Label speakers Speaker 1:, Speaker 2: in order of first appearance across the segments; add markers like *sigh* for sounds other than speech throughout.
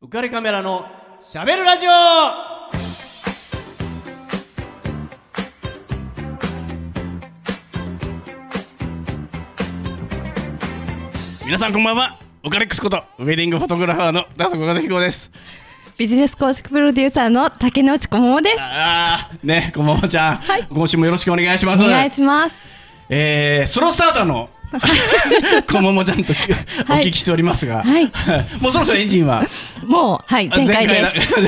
Speaker 1: 浮かれカメラのしゃべるラジオ
Speaker 2: 皆さんこんばんはオカレックスことウェディングフォトグラファーの田坂和彦です
Speaker 3: ビジネス公式プロデューサーの竹野内ももです。
Speaker 2: ああねこんばんはちゃん、今週もよろしくお願いします
Speaker 3: お願いします。
Speaker 2: えー、ソロスターター
Speaker 3: *laughs*
Speaker 2: のこんばんはちゃんときお
Speaker 3: い
Speaker 2: 聞きしておりますが、
Speaker 3: はい
Speaker 2: *laughs* もうそろそろエンジンは
Speaker 3: もう、はい、
Speaker 2: あ
Speaker 3: 前回で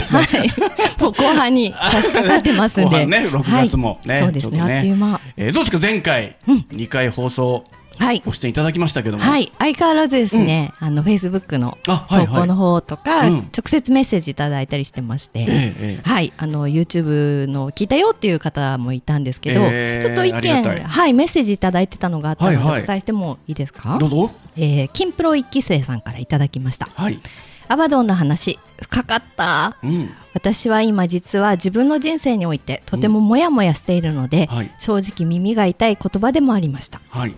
Speaker 3: す。
Speaker 2: 前回だ
Speaker 3: はい、もう後半に差し掛かってますんで。
Speaker 2: 後半ね6月もね、
Speaker 3: はいそうですね、
Speaker 2: ちょっと
Speaker 3: あっという間。
Speaker 2: えーどうですか前回、二回放送
Speaker 3: はい。
Speaker 2: ご出演いただきましたけども、
Speaker 3: はい、相変わらずですね、あのフェイスブックの
Speaker 2: あはい
Speaker 3: 投
Speaker 2: はい
Speaker 3: 稿の方とか、
Speaker 2: うん
Speaker 3: 直接メッセージいただいたりしてまして、
Speaker 2: ええ
Speaker 3: はい、あの YouTube の聞いたよっていう方もいたんですけど、
Speaker 2: ええ
Speaker 3: ちょっと一
Speaker 2: ありがたい
Speaker 3: 件はいメッセージいただいてたのがあったので、
Speaker 2: はいはい
Speaker 3: お伝えしてもいいですか？
Speaker 2: どうぞ
Speaker 3: えー、金プロ一期生さんからいただきました。
Speaker 2: はい、
Speaker 3: アバドンの話深かった
Speaker 2: うん、
Speaker 3: 私は今実は自分の人生においてとてもモヤモヤしているので、
Speaker 2: はい
Speaker 3: 正直耳が痛い言葉でもありました
Speaker 2: はい、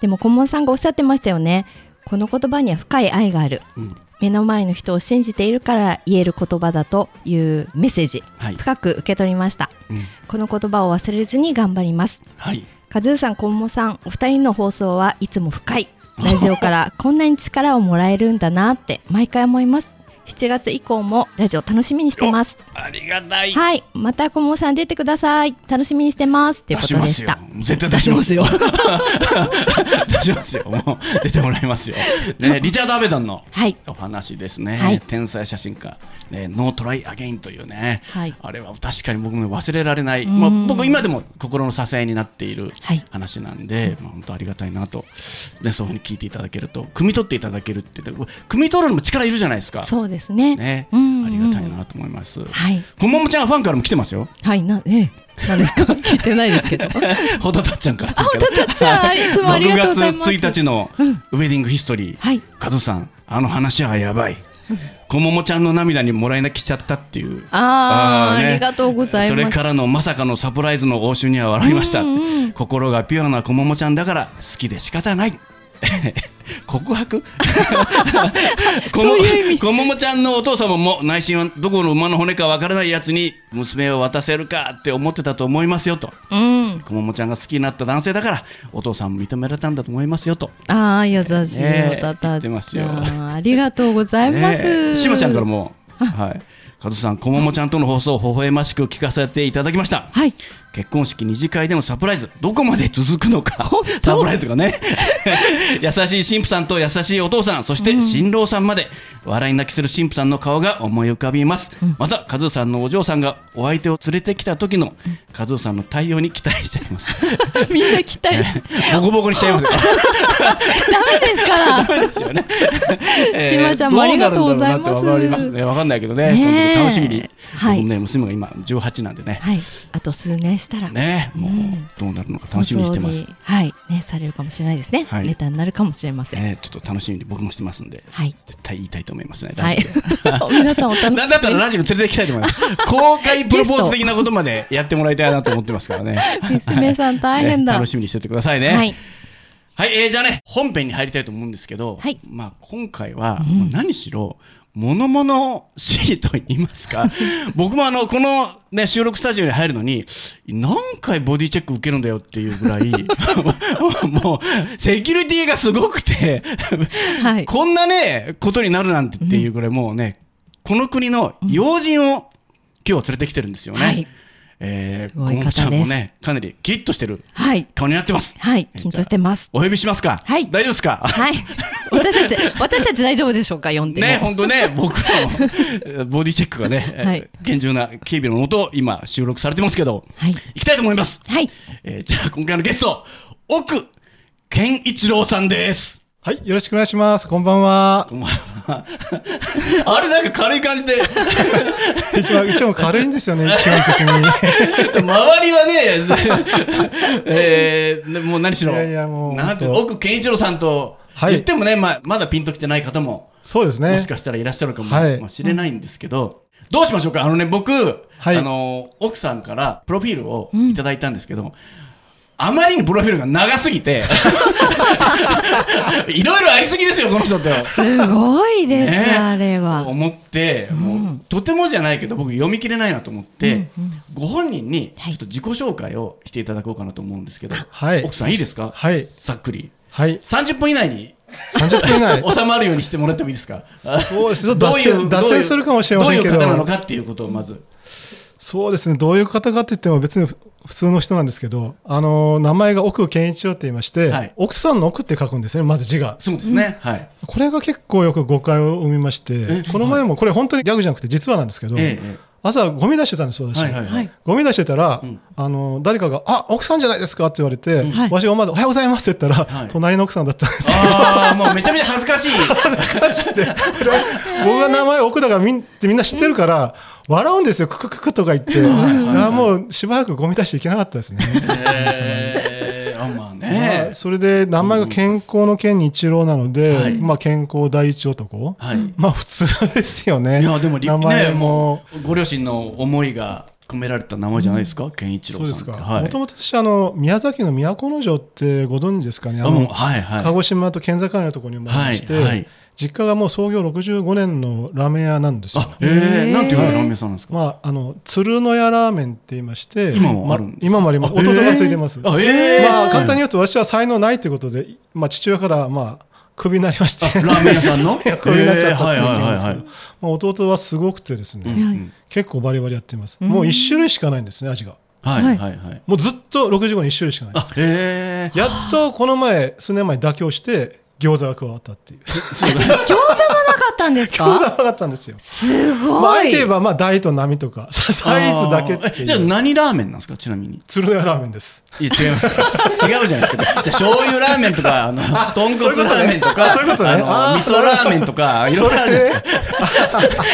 Speaker 3: でも顧問さんがおっしゃってましたよねこの言葉には深い愛がある
Speaker 2: うん、
Speaker 3: 目の前の人を信じているから言える言葉だというメッセージ、
Speaker 2: はい
Speaker 3: 深く受け取りました
Speaker 2: うん、
Speaker 3: この言葉を忘れずに頑張ります
Speaker 2: はい
Speaker 3: カズーさん、コンモさん、お二人の放送はいつも
Speaker 2: *laughs*
Speaker 3: 深い。ラジオからこんなに力をもらえるんだなって毎回思います。7月以降もラジオ楽しみにしてます。
Speaker 2: ありがたい
Speaker 3: はい、またコンモさん出てください。楽しみにしてます。っていうことでした。
Speaker 2: 出しますよ絶対出します
Speaker 3: *laughs*
Speaker 2: よ出しますよもう出てもらいますよ、ね、リチャード・アベダンの
Speaker 3: *laughs* はい、
Speaker 2: お話ですね、
Speaker 3: はい
Speaker 2: 天才写真家、ね、ノートライアゲインというね、
Speaker 3: はい
Speaker 2: あれは確かに僕も忘れられない、まあ、僕今でも心の支えになっている
Speaker 3: はい
Speaker 2: 話なんで、まあ、本当ありがたいなと、ね、そういうふうに聞いていただけると汲み取っていただけるって言って汲み取るのも力いるじゃないですか
Speaker 3: そうですね。
Speaker 2: ね、
Speaker 3: うんうん
Speaker 2: ありがたいなと思います、
Speaker 3: はい、
Speaker 2: こんももちゃんファンからも来てますよ *laughs*
Speaker 3: はい、な、ええ、なんですか聞いてないですけど。
Speaker 2: ホタタッちゃんからですけど。
Speaker 3: ホタタッちゃん
Speaker 2: はい
Speaker 3: いつもありがとうございます
Speaker 2: 6月1日のウェディングヒストリー。
Speaker 3: はい
Speaker 2: カズさん、あの話はやばい。こももちゃんの涙にもらい泣きしちゃったっていう。
Speaker 3: あー
Speaker 2: ー
Speaker 3: ありがとうございます
Speaker 2: それからのまさかのサプライズの応酬には笑いました。心がピュアなこももちゃんだから好きで仕方ない。 *laughs* 告白 *laughs* こ
Speaker 3: そういう意
Speaker 2: の
Speaker 3: 味
Speaker 2: こももちゃんのお父様も内心はどこの馬の骨かわからないやつに娘を渡せるかって思ってたと思いますよと
Speaker 3: うん、
Speaker 2: こももちゃんが好きになった男性だからお父さんも認められたんだと思いますよと。
Speaker 3: ああ、優しい
Speaker 2: ねえ
Speaker 3: おたた
Speaker 2: 言ってますよ
Speaker 3: あーありがとうございます。
Speaker 2: ねえしまちゃんからも、はい、加藤さん、こももちゃんとの放送を微笑ましく聞かせていただきました。
Speaker 3: はい、
Speaker 2: 結婚式二次会でのサプライズ、どこまで続くのか、サプライズがね、 *laughs* 優しい新婦さんと優しいお父さん、そして新郎さんまで、笑い泣きする新婦さんの顔が思い浮かびます。また、和夫さんのお嬢さんがお相手を連れてきた時の和夫さんの対応に期待しちゃいます。
Speaker 3: *laughs* みんな期待して、
Speaker 2: *laughs* ボコボコにしちゃいますよ。
Speaker 3: ダメですか
Speaker 2: *laughs* ダ
Speaker 3: ら。
Speaker 2: メです
Speaker 3: *laughs*
Speaker 2: よね。えー
Speaker 3: 島ちゃんもありがとうございます
Speaker 2: どうなるんだろうなってわかりますね。わかんないけどね。
Speaker 3: ねえ
Speaker 2: その時楽しみに。
Speaker 3: はい
Speaker 2: 僕もね、娘が今18なんでね。
Speaker 3: はい、あと数年したら。
Speaker 2: ね、もうどうなるのか楽しみにしてま
Speaker 3: 放
Speaker 2: す
Speaker 3: 送。にはい、ね、されるかもしれないですね。
Speaker 2: はい
Speaker 3: ネタになるかもしれません。
Speaker 2: ね、ちょっと楽しみに僕もしてますんで、
Speaker 3: はい
Speaker 2: 絶対言いたいと思いますね。
Speaker 3: はい *laughs*
Speaker 2: ラジオで。 *laughs*
Speaker 3: 皆さんお楽しみ
Speaker 2: なんだったらラジオ連れて行きたいと思います。公開プロポーズ的なことまでやってもらいたいなと思ってますから
Speaker 3: *laughs*
Speaker 2: ね。
Speaker 3: 娘さん大変だ
Speaker 2: ね楽しみにしててくださいね。
Speaker 3: はい、
Speaker 2: はい、えー、じゃあね、本編に入りたいと思うんですけど、
Speaker 3: はい
Speaker 2: まあ今回は、もう何しろ、物々しいと言います
Speaker 3: *laughs*
Speaker 2: か、僕もあの、このね、収録スタジオに入るのに、何回ボディチェック受けるんだよっていうぐらい、 *laughs* もう、セキュリティがすごくて、
Speaker 3: はい、
Speaker 2: こんなね、ことになるなんてっていうぐらい、もうね、この国の要人を今日は連れてきてるんですよね。
Speaker 3: はい
Speaker 2: えー、
Speaker 3: すごい方
Speaker 2: このちゃんもね、かなりキリッとしてる
Speaker 3: はい、
Speaker 2: 顔になってます。
Speaker 3: はい、緊張してます。
Speaker 2: お呼びしますか。
Speaker 3: はい
Speaker 2: 大丈夫ですか。
Speaker 3: はい、私たち、私たち大丈夫でしょうか、読んでも。
Speaker 2: ね、本当
Speaker 3: *laughs*
Speaker 2: ね、僕のボディチェックがね、えー
Speaker 3: はい
Speaker 2: 厳重な警備のもと、今収録されてますけど、
Speaker 3: はい
Speaker 2: 行きたいと思います。
Speaker 3: はい、
Speaker 2: えーじゃあ、今回のゲスト、奥健一郎さんです。 *laughs*
Speaker 4: はい、よろしくお願いします。こんばんは
Speaker 2: こ。んばんはあれ、なんか軽い感じで、
Speaker 4: 一番、一番軽いんですよね、
Speaker 2: *laughs*
Speaker 4: 基本的に。
Speaker 2: 周りはね、 *laughs* えーねもう何しろ、
Speaker 4: いやいやもう
Speaker 2: なんていうの
Speaker 4: 本
Speaker 2: 奥健一郎さんと、
Speaker 4: はい
Speaker 2: 言ってもね、まあ、まだピンときてない方も、
Speaker 4: そうですね。
Speaker 2: もしかしたらいらっしゃるかも
Speaker 4: はい
Speaker 2: しれないんですけど、どうしましょうかあのね、僕、
Speaker 4: はい
Speaker 2: あの、奥さんからプロフィールをいただいたんですけど、あまりにプロフィールが長すぎ
Speaker 4: *laughs*
Speaker 2: て、いろいろありすぎですよ、この人って。
Speaker 3: すごいです、
Speaker 2: ね
Speaker 3: あれは。
Speaker 2: 思って、もうとてもじゃないけど僕読み切れないなと思って、ご本人に
Speaker 3: は
Speaker 2: ち
Speaker 3: い
Speaker 2: ょっと自己紹介をしていただこうかなと思うんですけど、
Speaker 4: はい
Speaker 2: 奥さんいいですか、
Speaker 4: はい
Speaker 2: ざっくり
Speaker 4: はい。
Speaker 2: 30分以内に
Speaker 4: 30分
Speaker 2: *laughs*
Speaker 4: 以内。
Speaker 2: 収まるようにしてもらってもいいですか
Speaker 4: そうです。ちょっと
Speaker 2: どう
Speaker 4: 脱
Speaker 2: いう
Speaker 4: 線、脱線するかもしれませんけ
Speaker 2: どういう方なの
Speaker 4: ど。
Speaker 2: かっていうことをまず
Speaker 4: そうですね。どういう方かって言っても別に普通の人なんですけど、あの、名前が奥健一郎って言いまし
Speaker 2: はい
Speaker 4: て、奥さんの奥って書くんですね、まず字が。
Speaker 2: そうですね、はい
Speaker 4: これが結構よく誤解を生みまし
Speaker 2: え
Speaker 4: て、この前もこれ本当にギャグじゃなくて実はなんですけど、
Speaker 2: ええ
Speaker 4: 朝ゴミ出してたんです、
Speaker 2: ええ
Speaker 4: 私。
Speaker 2: はいはい *laughs* はい
Speaker 4: ゴミ出してたら、
Speaker 2: うん
Speaker 4: あの誰かが「あ奥さんじゃないですか」って言われて、
Speaker 2: ん
Speaker 3: はい
Speaker 4: わしが思わず「おはようございます」って言ったら、
Speaker 2: はい
Speaker 4: 隣の奥さんだったんですよ。
Speaker 2: ああもうめちゃめちゃ恥ずかしい
Speaker 4: 僕が名前奥だからみんみんな知ってるから、笑うんですよ「クククク」とか言って、あもうしばらくゴミ出していけなかったですね。
Speaker 2: ええあまあ
Speaker 4: ま
Speaker 2: ね
Speaker 4: あ、それで名前が健康の健に一郎なので、
Speaker 2: はい
Speaker 4: まあ、健康第一男、
Speaker 2: はい
Speaker 4: まあ普通ですよね。
Speaker 2: いやでも立
Speaker 4: 名前
Speaker 2: ね
Speaker 4: も、
Speaker 2: もうご両親の思いが込められた名前じゃないですか、健一
Speaker 4: そう
Speaker 2: 郎
Speaker 4: で
Speaker 2: さ
Speaker 4: す
Speaker 2: んって
Speaker 4: か。
Speaker 2: はい
Speaker 4: もともと私あの宮崎の都城ってご存知ですかね。あ
Speaker 2: あもう
Speaker 4: の
Speaker 2: はいはい
Speaker 4: 鹿児島と県境のところに生まれまして、
Speaker 2: はいはい
Speaker 4: 実家がもう創業65年のラーメン屋なんですよ
Speaker 2: あ。え
Speaker 3: へ
Speaker 2: え
Speaker 3: ー
Speaker 2: なんていうラーメン屋さんなんですか、
Speaker 4: まあ、あの鶴の屋ラーメンって言いまして
Speaker 2: 今もあるん
Speaker 4: ま
Speaker 2: ですか
Speaker 4: 今もあります
Speaker 2: あ
Speaker 4: 弟がついてます、
Speaker 2: あええ
Speaker 4: まあ簡単に言うと私は才能ないということで、まあ、父親からまあクビになりまして
Speaker 2: ラーメン屋さん
Speaker 4: *laughs*
Speaker 2: の
Speaker 4: クビになっちゃった
Speaker 2: ええは
Speaker 4: っていう経
Speaker 2: い
Speaker 4: 験
Speaker 2: はい
Speaker 4: で
Speaker 2: はい
Speaker 4: すけど
Speaker 2: はい
Speaker 4: まあ弟はすごくてですね、
Speaker 2: うんうん
Speaker 4: 結構バリバリやってます、もう1種類しかないんですね味が
Speaker 2: はいはいはい
Speaker 4: もうずっと65に1種類しかないです
Speaker 2: あええ
Speaker 4: やっとこの前、数年前に妥協して、餃子が加わったっていう。
Speaker 3: 餃子がなかったんです
Speaker 4: *laughs* 餃子
Speaker 3: か
Speaker 4: は分かったんですよ。
Speaker 3: すごい。
Speaker 4: まあ、あえて言えば、まあ、大と波とか、 *laughs* サイズだけって
Speaker 2: あーえじゃあ
Speaker 4: いう。
Speaker 2: 何ラーメンなんですかちなみに
Speaker 4: 鶴の屋ラーメンです。
Speaker 2: いや違います *laughs* 違うじゃないですかじゃあ醤油ラーメンとか
Speaker 4: *laughs*
Speaker 2: あの豚
Speaker 4: そういうこ
Speaker 2: 骨
Speaker 4: とね
Speaker 2: ラーメンとか
Speaker 4: そういうことね
Speaker 2: あ
Speaker 4: あ
Speaker 2: の
Speaker 4: ー
Speaker 2: 味噌ラーメンとかいろいろあるじゃないです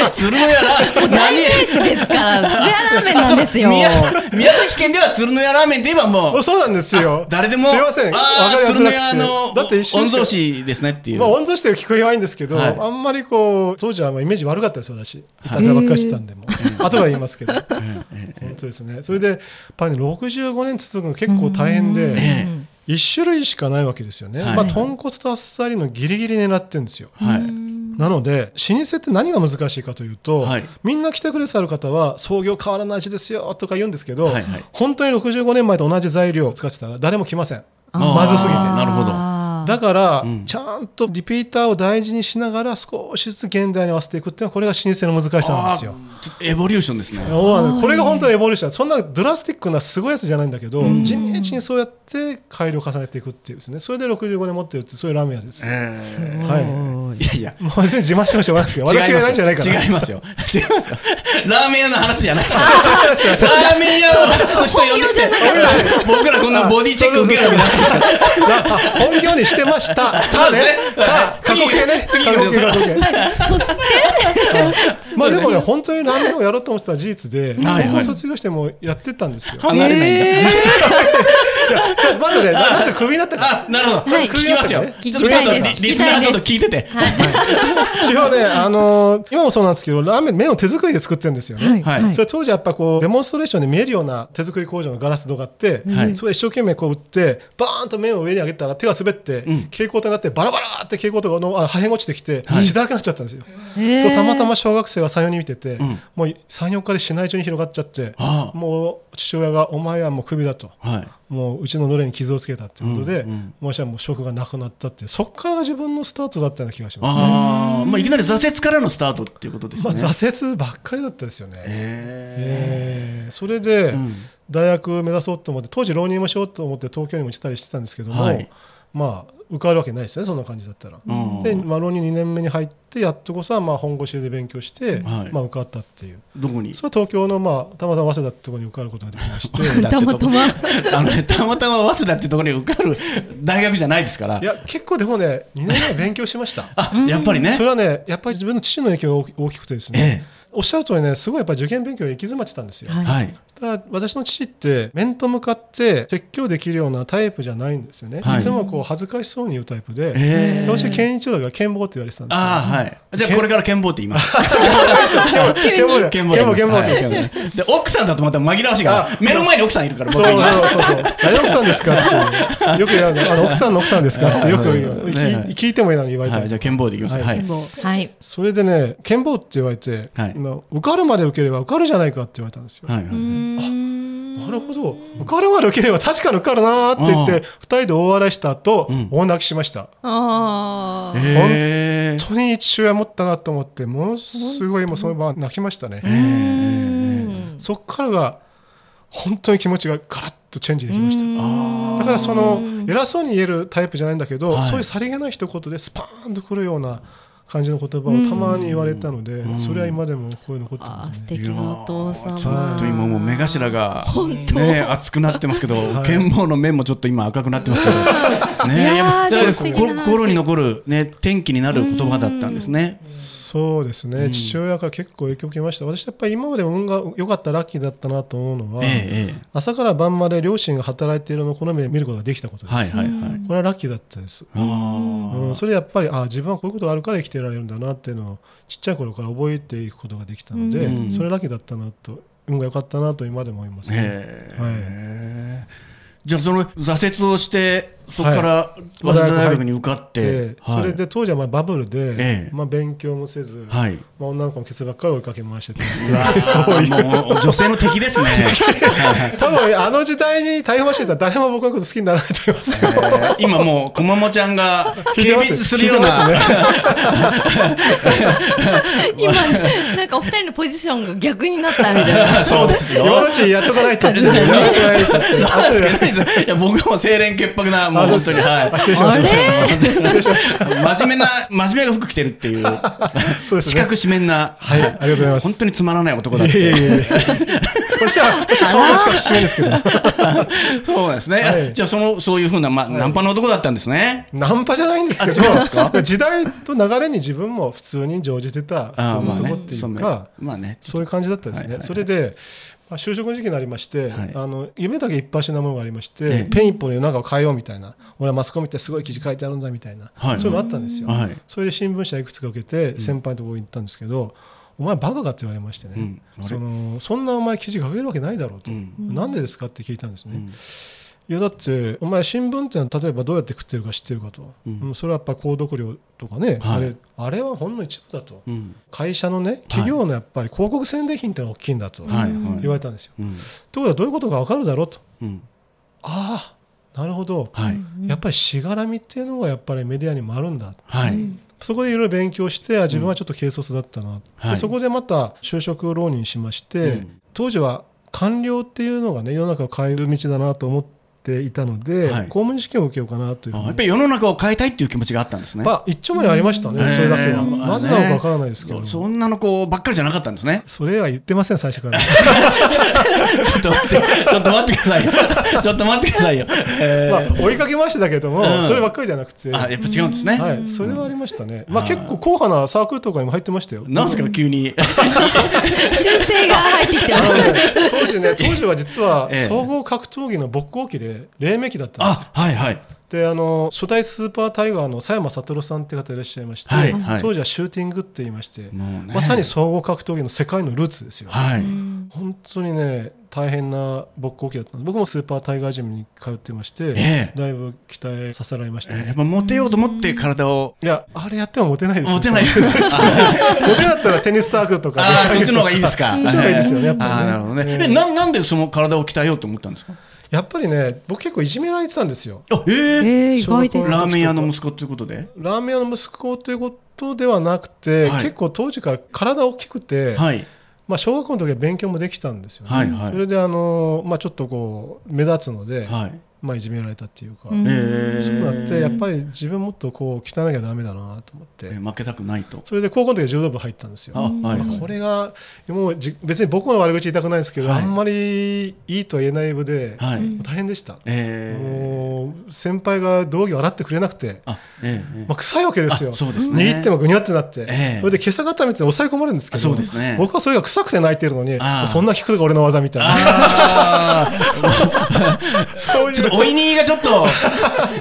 Speaker 2: か鶴の屋ラーメン
Speaker 3: 大
Speaker 2: 何
Speaker 3: 名詞で
Speaker 2: *laughs*
Speaker 3: すから、ズヤラーメンなんですよ。
Speaker 2: 宮宮崎県では鶴の屋ラーメンといえばもう
Speaker 4: あそうなんですよ。
Speaker 2: 誰でも
Speaker 4: すいません。分
Speaker 2: あ
Speaker 4: か
Speaker 2: ー
Speaker 4: り
Speaker 2: 鶴の
Speaker 4: や
Speaker 2: 屋
Speaker 4: す
Speaker 2: の
Speaker 4: くて。だって一緒
Speaker 2: 御曹司ですねっていう、
Speaker 4: まあ、御曹司って聞こえはいいんですけど、
Speaker 2: はい
Speaker 4: あんまりこう、当時はまあイメージ悪かったです、私。いたずらばっかりしてたんで、もう。後が言いますけど。本当ですね。それで、やっぱり65年続くの結構大変で。
Speaker 2: え
Speaker 4: 一種類しかないわけですよね、
Speaker 2: はい
Speaker 4: まあ、豚骨とあっさりのギリギリ狙ってるんですよ
Speaker 2: えはい
Speaker 4: なので老舗って何が難しいかというと、
Speaker 2: はい
Speaker 4: みんな来てくれさる方は創業変わらない味ですよとか言うんですけど、
Speaker 2: はいはい
Speaker 4: 本当に65年前と同じ材料を使ってたら誰も来ません
Speaker 2: あー
Speaker 4: まずすぎて
Speaker 2: なるほど
Speaker 3: あー
Speaker 4: だから、
Speaker 2: うん
Speaker 4: ちゃんとリピーターを大事にしながら少しずつ現代に合わせていくっていうのはこれが老舗の難しさなんですよ
Speaker 2: あーちょっとエボリューションですね
Speaker 4: そうなんですこれが本当にエボリューションそんなドラスティックなすごいやつじゃないんだけど、地道にそうやって改良を重ねていくっていうですねそれで65年持ってるってそういうラーメン屋です、
Speaker 2: え
Speaker 4: は
Speaker 2: えいやいや
Speaker 4: もう別に自慢してましょうがないですけど私がないんじゃないかな
Speaker 2: 違いますよ。違いますよ。ラーメン屋の話じゃないです。ラーメン屋を人呼んできて、僕らこんなボディチェック受けるわけじゃないです
Speaker 4: あ本業にしてましたたねた過去形ね過
Speaker 2: 次
Speaker 4: 去形過去形
Speaker 3: そして、
Speaker 4: まあでもね本当にラーメンをやろうと思ってた事実で
Speaker 2: はいはい
Speaker 4: 高校卒業してもやってたんですよ
Speaker 2: 離れないんだ。
Speaker 3: えー
Speaker 2: 実際
Speaker 4: ちょっとまずねななんでクビになったか
Speaker 2: あ、なるほど。
Speaker 3: はい
Speaker 2: 聞きますよ。
Speaker 3: 聞き
Speaker 2: ちょっと
Speaker 3: たいです
Speaker 2: リスナーちょっと聞いてて。
Speaker 4: 一応ねあの今もそうなんですけどラーメン麺を手作りで作ってるんですよね、
Speaker 3: はい、
Speaker 2: は
Speaker 3: はいい、
Speaker 4: それ当時やっぱこうデモンストレーションで見えるような手作り工場のガラス戸があって、
Speaker 2: はい
Speaker 4: それ一生懸命こう打ってバーンと面を上に上げたら手が滑って、
Speaker 2: ん
Speaker 4: 蛍光灯になってバラバラって蛍光灯のあの破片が落ちてきて、
Speaker 2: はい
Speaker 4: 血だらけになっちゃったんですよ、
Speaker 3: へー
Speaker 4: そうたまたま小学生が34人見てて、
Speaker 2: ん
Speaker 4: もう34日で市内中に広がっちゃって
Speaker 2: ああ
Speaker 4: もう父親が「お前はもうクビだ」と。
Speaker 2: はい。
Speaker 4: もううちののれんに傷をつけたということで、
Speaker 2: うんうん
Speaker 4: もう私はもう職がなくなったっていうそこからが自分のスタートだったような気がします、
Speaker 2: ああ、まあいきなり挫折からのスタートっていうことですね。
Speaker 4: まあ、挫折ばっかりだったですよね、
Speaker 2: え
Speaker 4: えーそれで、
Speaker 2: ん
Speaker 4: 大学目指そうと思って当時浪人もしようと思って東京にも来たりしてたんですけども、
Speaker 2: はい
Speaker 4: まあ受かるわけないですねそんな感じだったら。
Speaker 2: うん
Speaker 4: で、まあ、浪人2年目に入ってやっとこそはまあ本腰で勉強して、
Speaker 2: はい
Speaker 4: まあ、受かったっていう
Speaker 2: どこに
Speaker 4: それは東京の、まあ、たまたま早稲田ってところに受かることができまして。
Speaker 2: たまたまあのねたまたま早稲田っていうところに受かる大学じゃないですから
Speaker 4: *laughs* いや結構でもね2年前勉強しま *laughs* した
Speaker 2: あやっぱりね
Speaker 4: それはねやっぱり自分の父の影響が大き大きくてですね、
Speaker 2: え
Speaker 4: おっしゃる通りねすごいやっぱり受験勉強に行き詰まってたんですよ、
Speaker 2: え
Speaker 3: はい
Speaker 2: はい
Speaker 4: ただ私の父って面と向かって説教できるようなタイプじゃないんですよね、
Speaker 2: はい
Speaker 4: い、つもこう恥ずかしそうに言うタイプで、
Speaker 2: え
Speaker 4: どうして健一郎が健坊って言われてたんですよ
Speaker 2: ああ、はい。じゃあこれから剣棒って言います。剣棒で言います
Speaker 4: 健坊だよ健坊健坊健坊
Speaker 2: はいで、奥さんだとまた紛らわしいから
Speaker 4: あ、
Speaker 2: 目の前に奥さんいるから、
Speaker 4: そう
Speaker 2: 僕は
Speaker 4: そう
Speaker 2: 今
Speaker 4: そうそう誰の奥さんですかっていうよく言われるあの奥さんの奥さんですかってよく言う
Speaker 2: ね
Speaker 4: 聞い聞いてもいいのに言われた
Speaker 2: はい、
Speaker 4: り
Speaker 2: じゃあ剣棒で言います。は。
Speaker 4: はい
Speaker 3: もうはい。
Speaker 4: それでね健坊って言われて、
Speaker 2: はい
Speaker 4: まあ受かるまで受ければ受かるじゃないかって言われたんですよ、
Speaker 2: はいう
Speaker 3: ーん
Speaker 4: なるほど受かるまで受ければ確かに受かるなーって言って二人で大笑いした後、
Speaker 2: うん
Speaker 4: 大泣きしました
Speaker 3: ああ。
Speaker 2: へえ
Speaker 4: 本当に父親持ったなと思ってものすごいもうその場は泣きましたね、
Speaker 3: うーん
Speaker 4: そっからが本当に気持ちがガラッとチェンジできました
Speaker 2: あ
Speaker 4: だからその偉そうに言えるタイプじゃないんだけど、
Speaker 2: はい
Speaker 4: そういうさりげない一言でスパーンとくるような感じの言葉をたまに言われたので、
Speaker 2: うん
Speaker 4: それは今でもこういう残って
Speaker 3: あ
Speaker 4: ま
Speaker 3: ー
Speaker 4: す
Speaker 3: 素
Speaker 4: ね。
Speaker 3: 敵なお父様。
Speaker 2: ちょっと今もう目頭が
Speaker 3: 本当
Speaker 2: ね熱くなってますけど、
Speaker 4: い
Speaker 2: 剣棒の面もちょっと今赤くなってますけど、
Speaker 3: いや
Speaker 2: ね
Speaker 3: ー
Speaker 2: やっぱ
Speaker 3: でも素敵な
Speaker 2: 心
Speaker 3: 話
Speaker 2: 心に残るね天気になる言葉だったんですね。
Speaker 4: そうですね、
Speaker 2: うん
Speaker 4: 父親から結構影響を受けました私やっぱり今まで運が良かったラッキーだったなと思うのは、
Speaker 2: えええ
Speaker 4: 朝から晩まで両親が働いているのをこの目で見ることができたこと
Speaker 2: え
Speaker 4: です、
Speaker 2: はいはいはい。
Speaker 4: これはラッキーだったです、
Speaker 2: あ
Speaker 4: う
Speaker 2: ー
Speaker 4: ん、それやっぱりあ自分はこういうことがあるから生きてられるんだなっていうのをちっちゃい頃から覚えていくことができたので、
Speaker 2: うん
Speaker 4: それはラッキーだったなと運が良かったなと今でも思います、ね
Speaker 2: へえじゃあその挫折をしてそこから早
Speaker 4: は
Speaker 2: 稲
Speaker 4: い
Speaker 2: 田大学に受かって
Speaker 4: で、
Speaker 2: はい
Speaker 4: それで当時はまあバブルで、
Speaker 2: ええ
Speaker 4: まあ、勉強もせず、
Speaker 2: はい。
Speaker 4: まあ、女の子のケツばっかり追いかけ回してて
Speaker 2: もう女性の敵です
Speaker 4: *laughs*
Speaker 2: ね。
Speaker 4: 多分あの時代に逮捕してたら誰も僕のこと好きにならないと思いますよ
Speaker 2: 今もうこまもちゃんが
Speaker 4: 聞いて
Speaker 2: 軽
Speaker 4: ます
Speaker 2: 蔑するような、
Speaker 4: 聞いてます
Speaker 3: *laughs*
Speaker 4: ね
Speaker 3: 今なんかお二人のポジションが逆になったみたい
Speaker 2: *laughs*
Speaker 3: な。
Speaker 2: そうですよ。
Speaker 4: 今のうちやっとかな
Speaker 2: *laughs*
Speaker 4: いとって
Speaker 3: そうですね
Speaker 4: やめとかないとって
Speaker 2: なん
Speaker 4: 後
Speaker 2: で
Speaker 4: です
Speaker 2: かねいや僕も清廉潔白なもう本当にはい
Speaker 4: あ失礼しました
Speaker 2: 真面目な真面目が服着てるっていう
Speaker 4: そうです
Speaker 2: 四
Speaker 4: ね
Speaker 2: 角四面な
Speaker 4: はいありがとうございます
Speaker 2: 本当につまらない男だっ
Speaker 4: いやい
Speaker 2: て
Speaker 4: やいやいやこれじゃあこれじゃあ顔がしかしないですけど
Speaker 2: そうなんですね、
Speaker 4: はい
Speaker 2: じゃあそのそういうふうな、まあナンパの男だったんですね
Speaker 4: ナンパじゃないんですけ
Speaker 2: あ違うんです
Speaker 4: ど時代と流れに自分も普通に乗じてた普通
Speaker 2: ああ
Speaker 4: の
Speaker 2: まあ
Speaker 4: 男
Speaker 2: ね
Speaker 4: ってい
Speaker 2: そう
Speaker 4: う
Speaker 2: ね
Speaker 4: か
Speaker 2: まあね
Speaker 4: そういう感じだったですね、
Speaker 2: はいはいはい
Speaker 4: それで、まあ、就職の時期になりまして、
Speaker 2: はい
Speaker 4: あの夢だけ一発なものがありまして、
Speaker 2: ええ
Speaker 4: ペン一本で世の中を変えようみたいな俺はマスコミってすごい記事書いてあるんだみたいな、
Speaker 2: はい
Speaker 4: そういうのあったんですよ、
Speaker 2: はい
Speaker 4: それで新聞社いくつか受けて先輩のところに行ったんですけど、お前バカかって言われましてね、
Speaker 2: うんあれ
Speaker 4: そのそんなお前記事書けるわけないだろうと、
Speaker 2: うん
Speaker 4: なんでですかって聞いたんですね、
Speaker 2: ん
Speaker 4: いやだってお前新聞ってのは例えばどうやって食ってるか知ってるかと、
Speaker 2: うん
Speaker 4: うんそれはやっぱ購読料とかね、
Speaker 2: はい
Speaker 4: あれあれはほんの一部だと、
Speaker 2: うん
Speaker 4: 会社のね企業のやっぱり広告宣伝費ってのが大きいんだと
Speaker 2: はいはい
Speaker 4: 言われたんですよ。
Speaker 2: うん
Speaker 4: ということはどういうことが分かるだろうと
Speaker 2: うん
Speaker 4: ああなるほど
Speaker 2: はい
Speaker 4: やっぱりしがらみっていうのがやっぱりメディアにもあるんだ
Speaker 2: はい、
Speaker 4: そこでいろいろ勉強してあ自分はちょっと軽率だったな、
Speaker 2: はい
Speaker 4: でそこでまた就職浪人しまして、
Speaker 2: うん
Speaker 4: 当時は官僚っていうのがね世の中を変える道だなと思っていたので、
Speaker 2: はい
Speaker 4: 公務員試験を受けようかなというふう
Speaker 2: あ
Speaker 4: に
Speaker 2: やっぱり世の中を変えたいっていう気持ちがあったんですね
Speaker 4: まあ一丁目にありましたね、それだけは、
Speaker 2: えー
Speaker 4: なぜなのか分からないですけど、
Speaker 2: そうそんなの子ばっかりじゃなかったんですね。
Speaker 4: それは言ってません最初から。
Speaker 2: ちょっと待って、 *laughs* ちょっと待ってくださいよ。 *laughs* ちょっと待ってくださいよ。えー
Speaker 4: まあ、追いかけましたけども、
Speaker 2: うん
Speaker 4: そればっかりじゃなくて、
Speaker 2: あ、やっぱ違うんですね。
Speaker 4: はい、それはありましたね、まあ、
Speaker 2: はい
Speaker 4: 結構硬派なサークルとかにも入ってましたよ。
Speaker 2: なんすか急
Speaker 4: *laughs*
Speaker 2: に。
Speaker 3: 修正が入ってきてま
Speaker 4: あ
Speaker 3: す
Speaker 4: の。ね当
Speaker 2: *laughs*
Speaker 4: 時ね、当時は実は
Speaker 2: ええ
Speaker 4: 総合格闘技の勃興期で、黎明期だったんですよ。
Speaker 2: あ、はいはい。
Speaker 4: で、あの初代スーパータイガーの佐山悟さんって方いらっしゃいまして、
Speaker 2: はいはい
Speaker 4: 当時はシューティングって言いまして、
Speaker 2: もうね
Speaker 4: まさに総合格闘技の世界のルーツですよ。
Speaker 2: はい。
Speaker 4: 本当にね大変な勃興期だったんです僕もスーパータイガージムに通ってまして、
Speaker 2: ええ
Speaker 4: だいぶ鍛えさせられまし
Speaker 2: え
Speaker 4: た
Speaker 2: ー
Speaker 4: ね、
Speaker 2: やっぱモテようと思って体を
Speaker 4: いやあれやってもモテないですよ
Speaker 2: モテないですよ。
Speaker 4: モテだったらテニスサークルとかね、
Speaker 2: ああ、そっちの方がいいです
Speaker 4: *laughs*
Speaker 2: か。
Speaker 4: そっちの方がいいですよねやっぱりね
Speaker 2: あーなるほどね。
Speaker 4: え
Speaker 2: で、
Speaker 4: え
Speaker 2: なんなんでその体を鍛えようと思ったんですか。
Speaker 4: やっぱりね僕結構いじめられてたんですよ
Speaker 2: あ、えー
Speaker 3: えー、意外です。
Speaker 2: ラーメン屋の息子ということで。
Speaker 4: ラーメン屋の息子ということではなくて、
Speaker 2: はい
Speaker 4: 結構当時から体大きくて、
Speaker 2: はい。
Speaker 4: まあ、小学校の時は勉強もできたんですよね、
Speaker 2: はいはい
Speaker 4: それであの、まあ、ちょっとこう目立つので、
Speaker 2: はい。
Speaker 4: まあ、いじめられたっていうか、
Speaker 3: うん
Speaker 2: ええ。
Speaker 4: そうなってやっぱり自分もっとこう汚なきゃダメだなと思って、
Speaker 2: えー負けたくないと。
Speaker 4: それで高校の時は柔道部入ったんですよ
Speaker 2: あ、はい
Speaker 4: ま
Speaker 2: は
Speaker 4: あ
Speaker 2: い。
Speaker 4: これがもうじ別に僕の悪口言いたくないですけど、
Speaker 2: はい
Speaker 4: あんまりいいとは言えない部で、
Speaker 2: はい。
Speaker 4: 大変でした、
Speaker 2: ええ。
Speaker 4: もう先輩が道着を洗ってくれなくて、
Speaker 2: あ、ええええ。
Speaker 4: まあ、臭いわけですよ
Speaker 2: あそうですね
Speaker 4: 握ってもぐにゃってなって、
Speaker 2: ええ
Speaker 4: それで今朝固めて抑え込まれるんですけど
Speaker 2: そうですね
Speaker 4: 僕はそれが臭くて泣いてるのに
Speaker 2: ああ
Speaker 4: そんな効くのが俺の技みたいな
Speaker 2: ああ。
Speaker 4: そういう
Speaker 2: *laughs* ちょっとおいにがちょっと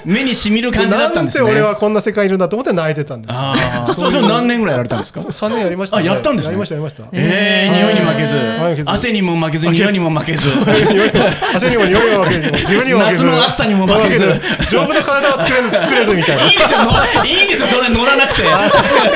Speaker 2: 目にしみる感じだったんですね。
Speaker 4: なんて俺はこんな世界いるんだと思って泣いてたんですよ。
Speaker 2: ああ、そうそう何年ぐらいやられたんですか。
Speaker 4: 3年やりましたね。
Speaker 2: あやったんですね
Speaker 4: やりました、やりました。
Speaker 2: ええ、匂いに負けず
Speaker 4: 匂いに負け、ず
Speaker 2: 汗にも負けず、匂いにも負けず。
Speaker 4: 汗にも匂いも負けず、自分にも負けず、
Speaker 2: 夏の暑さにも負けず
Speaker 4: 丈夫な体は作れず、作れずみたいな。
Speaker 2: いいでしょの、いいでしょ、それ乗らなくて。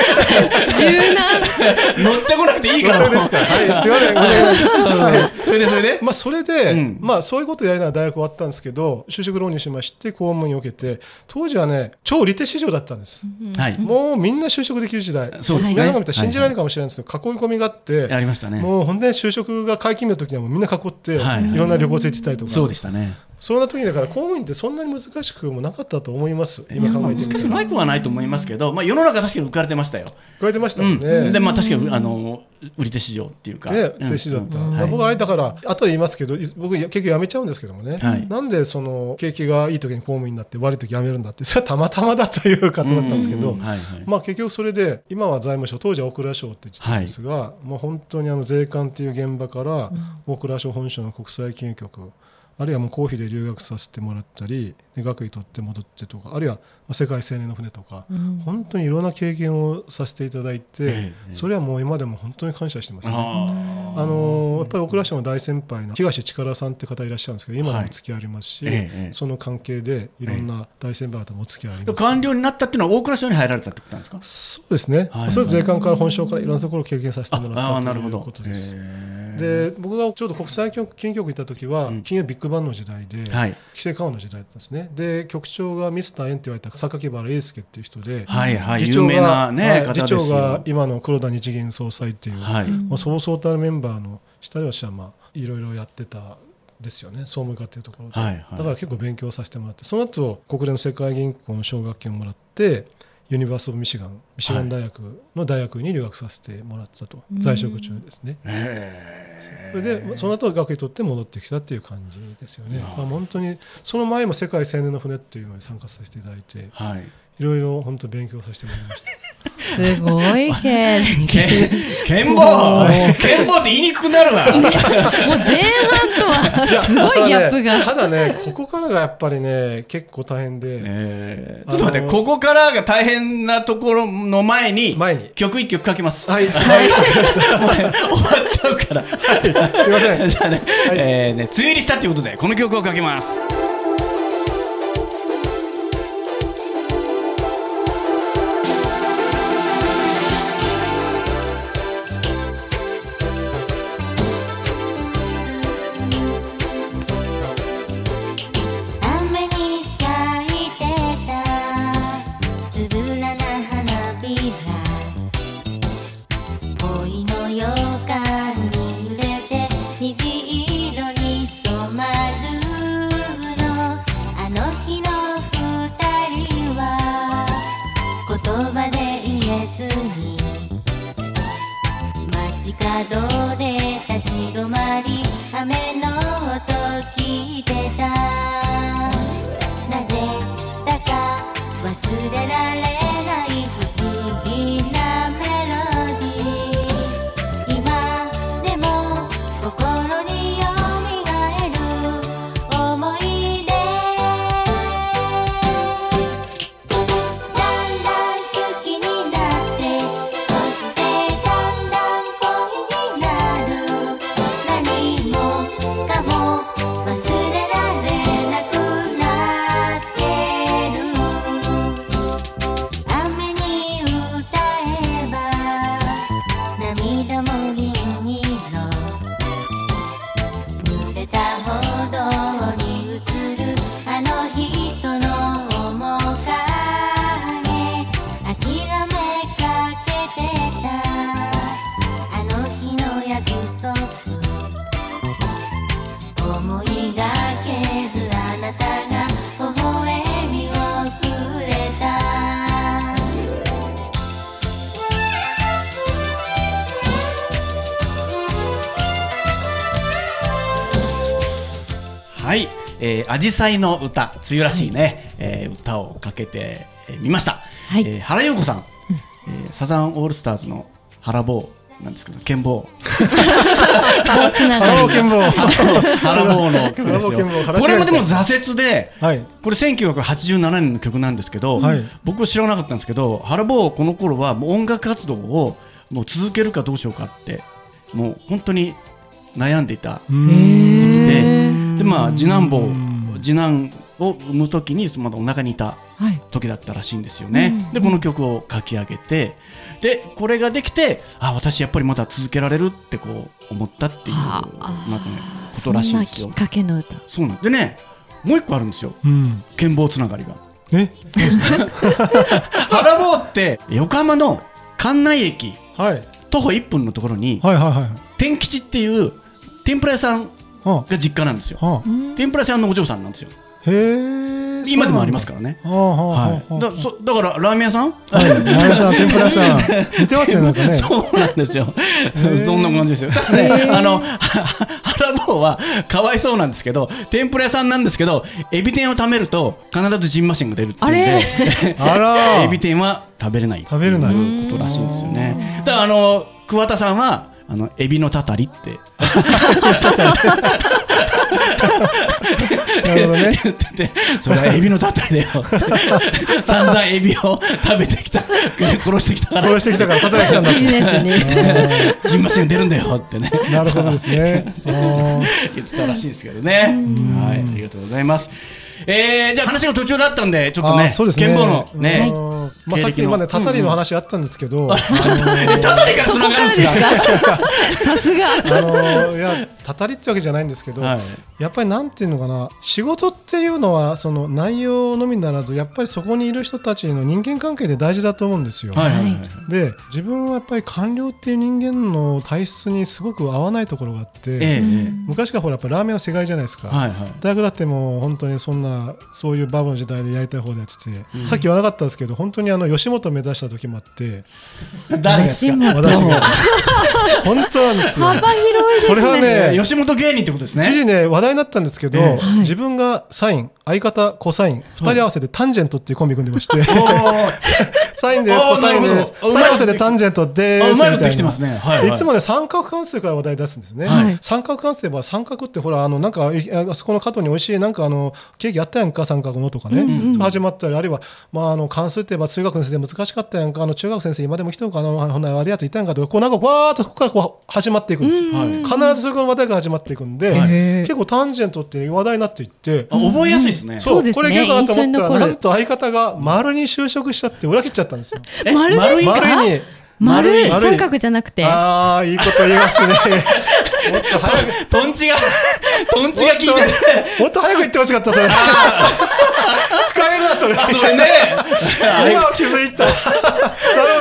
Speaker 3: 柔軟
Speaker 2: 乗ってこなくていいから。
Speaker 4: 本当ですか。はい、すいません、ごめんなさい。はい
Speaker 2: それで、それで。
Speaker 4: まあ、それで、
Speaker 2: うん
Speaker 4: まあ、そういうことやりながら大学終わったんですけど、就職浪人しまして、公務員を受けて、当時はね、超利手市場だったんです。
Speaker 2: はい。
Speaker 4: もうみんな就職できる時代、
Speaker 2: そうですね
Speaker 4: 皆さんが見たら信じられないかもしれないんですけど、囲い込みがあって、
Speaker 2: やりましたね。
Speaker 4: もう本当に就職が解禁日の時にはもうみんな囲って、
Speaker 2: はい
Speaker 4: い、ろんな旅行先行ってたりとか、
Speaker 2: そうでしたね。
Speaker 4: そんな時だから公務員ってそんなに難しくもなかったと思います、今考えてみ
Speaker 2: 難
Speaker 4: た
Speaker 2: しく
Speaker 4: ら。
Speaker 2: なくはないと思いますけど、まあ世の中確かに浮かれてましたよ。
Speaker 4: 言われてました
Speaker 2: う
Speaker 4: もん
Speaker 2: ん。
Speaker 4: ね。
Speaker 2: で、まあ確かに、あの、売り手市場っていうか。
Speaker 4: ね、
Speaker 2: うん
Speaker 4: 正社だった、
Speaker 2: うん
Speaker 4: まあ僕
Speaker 2: は
Speaker 4: はいだから後で言いますけどい僕結局辞めちゃうんですけどもね、
Speaker 2: はい
Speaker 4: なんでその景気がいい時に公務員になって悪い時辞めるんだってそれはたまたまだという方だったんですけど、
Speaker 2: うんはいはい。
Speaker 4: まあ、結局それで今は財務省当時は大蔵省って言ってたんですが、もう本当にあの税関っていう現場から大蔵省本省の国際金融局あるいはもう公費で留学させてもらったりで学位取って戻ってとかあるいはまあ世界青年の船とか、本当にいろんな経験をさせていただいて、
Speaker 2: ええ
Speaker 4: それはもう今でも本当に感謝してます、
Speaker 2: あ
Speaker 4: あのーやっぱり大蔵省の大先輩の東力さんって方いらっしゃるんですけど今でもお付き合いありますし、
Speaker 2: はいええええ
Speaker 4: その関係でいろんな大先輩方もお付き合いあり
Speaker 2: あ。
Speaker 4: ます、
Speaker 2: 官僚になったっていうのは大蔵省に入られたってことなんですか
Speaker 4: そうですね、
Speaker 2: はい
Speaker 4: それは税関から本省からいろんなところを経験させても
Speaker 2: あ
Speaker 4: ら
Speaker 2: あ
Speaker 4: っ
Speaker 2: ー、な
Speaker 4: たと
Speaker 2: る
Speaker 4: い
Speaker 2: ほ
Speaker 4: う
Speaker 2: ど
Speaker 4: こ。とです。
Speaker 2: へ
Speaker 4: で僕がちょうど国際金融局行った時は、
Speaker 2: ん
Speaker 4: 金融ビッグバンの時代で、
Speaker 2: ーはい。
Speaker 4: 規制緩和の時代だったんですねで局長がミスター円って言われた榊原英介っていう人で、
Speaker 2: はいはい。
Speaker 4: 次
Speaker 2: 有
Speaker 4: 長
Speaker 2: 名
Speaker 4: が
Speaker 2: な
Speaker 4: はい
Speaker 2: ね、方
Speaker 4: 次
Speaker 2: ですよ。
Speaker 4: 長が今の黒田日銀総裁っていう、
Speaker 2: はい。
Speaker 4: まあ、そうそうたるメンバーの下で私はまあいろいろやってたですよね総務課っていうところで、
Speaker 2: はいはい
Speaker 4: だから結構勉強させてもらってその後国連の世界銀行の奨学金をもらってユニバース・オブ・ミシガンミシガン大学の大学に留学させてもらってたと、在職中ですねそれでその後学位取って戻ってきたっていう感じですよね、まあ、本当にその前も「世界青年の船」っていうのに参加させていただいて
Speaker 2: はい。
Speaker 4: *laughs* いろいろ本当勉強させてもらいました
Speaker 3: すごい経
Speaker 4: *laughs*
Speaker 3: 歴
Speaker 2: け剣棒剣棒って言いにくくなる
Speaker 4: *laughs*
Speaker 2: わ。
Speaker 3: もう前半とは *laughs* すごいギャップが、
Speaker 4: ただねただねここからがやっぱりね結構大変で、
Speaker 2: えーちょっと待って、
Speaker 4: あの
Speaker 2: ここからが大変なところの前に、
Speaker 4: 前に
Speaker 2: 曲一曲かけます。
Speaker 4: はい、はい、わかりました。
Speaker 2: *laughs* 終わっちゃうから。
Speaker 4: すいま
Speaker 2: *laughs*
Speaker 4: せん。
Speaker 2: じゃあね、えーね、梅雨入りしたということで、この曲をかけます。
Speaker 5: 雨に咲いてたつぶらな花びら恋の予感に揺れて虹色に染まるのあの日の二人は言葉で言えずに街角で立ち止まり雨の音聞いてたなぜだか忘れられない不思議なメロディー今でも心によみがえる思い出だんだん好きになってそしてだんだん恋になる何もかも忘れられなくなってる雨に歌えば涙も銀色濡れた歩道に映るあの人の面影諦めかけてたあの日の約束思いがけずあなたが微笑みをくれた
Speaker 2: はい、えー、アジサイの歌、梅雨らしいね、えー歌をかけてみました。
Speaker 3: はい
Speaker 2: えー原優子さん、えーサザンオールスターズの原坊なんですけど剣棒
Speaker 3: 棒つな
Speaker 4: ハ
Speaker 3: が
Speaker 4: ロー
Speaker 3: り
Speaker 4: 剣棒
Speaker 2: 腹棒の曲です
Speaker 4: ハロー剣棒
Speaker 2: よ
Speaker 4: 腹違い
Speaker 2: これもでも挫折で
Speaker 4: はい
Speaker 2: これ1987年の曲なんですけど、
Speaker 4: はい
Speaker 2: 僕は知らなかったんですけどハラボーこの頃はもう音楽活動をもう続けるかどうしようかってもう本当に悩んでいた
Speaker 4: うん
Speaker 2: 時期で
Speaker 6: うん
Speaker 2: で、まあ、次男坊
Speaker 4: うん
Speaker 2: 次男を産む時にまだお腹にいた
Speaker 6: はい
Speaker 2: 時だったらしいんですよね、でこの曲を書き上げてでこれができてあ私やっぱりまだ続けられるってこう思ったっていうなん
Speaker 6: は
Speaker 2: か
Speaker 6: あ
Speaker 2: ねこ
Speaker 6: そ
Speaker 2: と
Speaker 6: ん
Speaker 2: らしいん
Speaker 6: な
Speaker 2: です
Speaker 6: き
Speaker 2: よ
Speaker 6: っ。かけの歌
Speaker 2: そうなんでねもう一個あるんですよ
Speaker 4: うん
Speaker 2: 剣棒つながりが。
Speaker 4: え
Speaker 2: ハラボーって横浜の関内駅
Speaker 4: はい
Speaker 2: 徒歩1分のところに
Speaker 4: はいはいはい
Speaker 2: 天吉っていう天ぷら屋さん
Speaker 4: は
Speaker 2: が実家なんですよ
Speaker 4: あはあ
Speaker 2: 天ぷら屋さんのお嬢さんなんですよ
Speaker 4: へえ
Speaker 2: 今でもありますからね
Speaker 4: はあはあは
Speaker 2: はい、
Speaker 4: あ
Speaker 2: だそだからラーメン屋さん、
Speaker 4: はい、前田さん、天ぷら屋さん、似てますね、なんかね。
Speaker 2: *laughs* そうなんですよ、そんな感じです
Speaker 4: *laughs*
Speaker 2: よ、だからね、あのははらぼうはかわいそうなんですけど、天ぷら屋さんなんですけど、エビ天を食べると、必ずジンマシンが出るっていうん *laughs* で、
Speaker 4: あら
Speaker 2: エビ天は食べれない
Speaker 4: 食べれない
Speaker 2: っていうことらしいんですよね。だからあの桑田さんはあのエビのたたりって
Speaker 4: なるほどね。
Speaker 2: 言ってて、それはエビのたたりだ
Speaker 4: *laughs*
Speaker 2: よって、散々エビを食べてきた、殺してきたから
Speaker 4: 殺、してきたから、叩いてきたんだ。
Speaker 3: いいですね。
Speaker 2: *laughs* ジンマシンが出るんだよってね。
Speaker 4: なるほどですね。あー
Speaker 2: 言ってたらしいですけどね。はい、ありがとうございます。えー、じゃあ話が途中だったんで、ちょっと
Speaker 4: あー、
Speaker 2: ね、
Speaker 4: そうですね。
Speaker 2: 剣道のね、
Speaker 4: うんまあ、さっ
Speaker 2: 経歴
Speaker 4: き
Speaker 2: の
Speaker 4: まで、たたり
Speaker 2: *laughs*
Speaker 4: の話あったんですけど。あ
Speaker 2: えたたりからつながるんですか
Speaker 4: *laughs*
Speaker 6: さすが
Speaker 4: の、いや、たたりってわけじゃないんですけど。
Speaker 2: はい
Speaker 4: やっぱりなんていうのかな仕事っていうのはその内容のみならずやっぱりそこにいる人たちの人間関係で大事だと思うんですよ。
Speaker 2: はいはいはい
Speaker 4: で自分はやっぱり官僚っていう人間の体質にすごく合わないところがあって、
Speaker 2: ええ
Speaker 4: 昔からほらやっぱラーメンは世界じゃないですか、
Speaker 2: はいはい
Speaker 4: 大学だってもう本当にそんなそういうバブの時代でやりたい方でやってて、さっき言わなかったですけど本当にあの吉本目指した時もあ
Speaker 2: *laughs*
Speaker 4: って
Speaker 2: 誰です
Speaker 6: 私も
Speaker 4: 私も本当な
Speaker 3: *laughs*
Speaker 4: んですよ
Speaker 6: 幅広いですね
Speaker 4: これは
Speaker 2: か
Speaker 4: ね
Speaker 2: 吉本芸人ってことです
Speaker 4: 一時
Speaker 2: ね。
Speaker 4: ね話題になったんですけど、
Speaker 2: ええ
Speaker 4: 自分がサイン相方コサイン2人合わせてタンジェントっていうコンビ組んでまして、
Speaker 2: おー
Speaker 4: サインです
Speaker 2: あー
Speaker 4: コサイン
Speaker 2: なる
Speaker 4: です
Speaker 2: ほど
Speaker 4: 2人合わせてタンジェントで
Speaker 2: あ
Speaker 4: す
Speaker 2: う
Speaker 4: み
Speaker 2: まい
Speaker 4: たい
Speaker 2: こと
Speaker 4: な
Speaker 2: できてますね。はい、
Speaker 4: い
Speaker 2: はい。
Speaker 4: つもね三角関数から話題出すんですね、
Speaker 2: はい
Speaker 4: 三角関数は三角ってほらあのなんかえあそこの加藤に美味しいなんかあのケーキあったやんか三角のとかね、始まったりあるいは、まあ、あの関数って言えば数学の先生難しかったやんかあの中学先生今でも来てるのかなあのあれやついたやんかとかこうなんかわーっとここからこう始まっていくんですよ、
Speaker 2: はい
Speaker 4: 必ずそこの話題が始まっていくんで、結構タンジェントって話題になっていって。
Speaker 2: あ覚えやすいですね。
Speaker 6: そうですね
Speaker 4: これいけるかなと思
Speaker 6: 印
Speaker 4: った
Speaker 6: 象に
Speaker 4: ら
Speaker 6: 残る
Speaker 4: なんと相方が丸に就職したって裏切っちゃったんですよ。
Speaker 2: え
Speaker 6: 丸です
Speaker 2: いから
Speaker 4: 丸に
Speaker 6: 丸い
Speaker 4: 丸い
Speaker 6: 三角じゃなくて
Speaker 4: ああいいこと言いますね。
Speaker 2: *laughs*
Speaker 4: もっと早く
Speaker 2: トンチが、 *laughs* トンチが効いてる。
Speaker 4: もっと早く言ってほしかったそれ。 *laughs* 使えるなそれ。
Speaker 2: あそれね。
Speaker 4: 今気づい
Speaker 2: *laughs*
Speaker 4: た。なる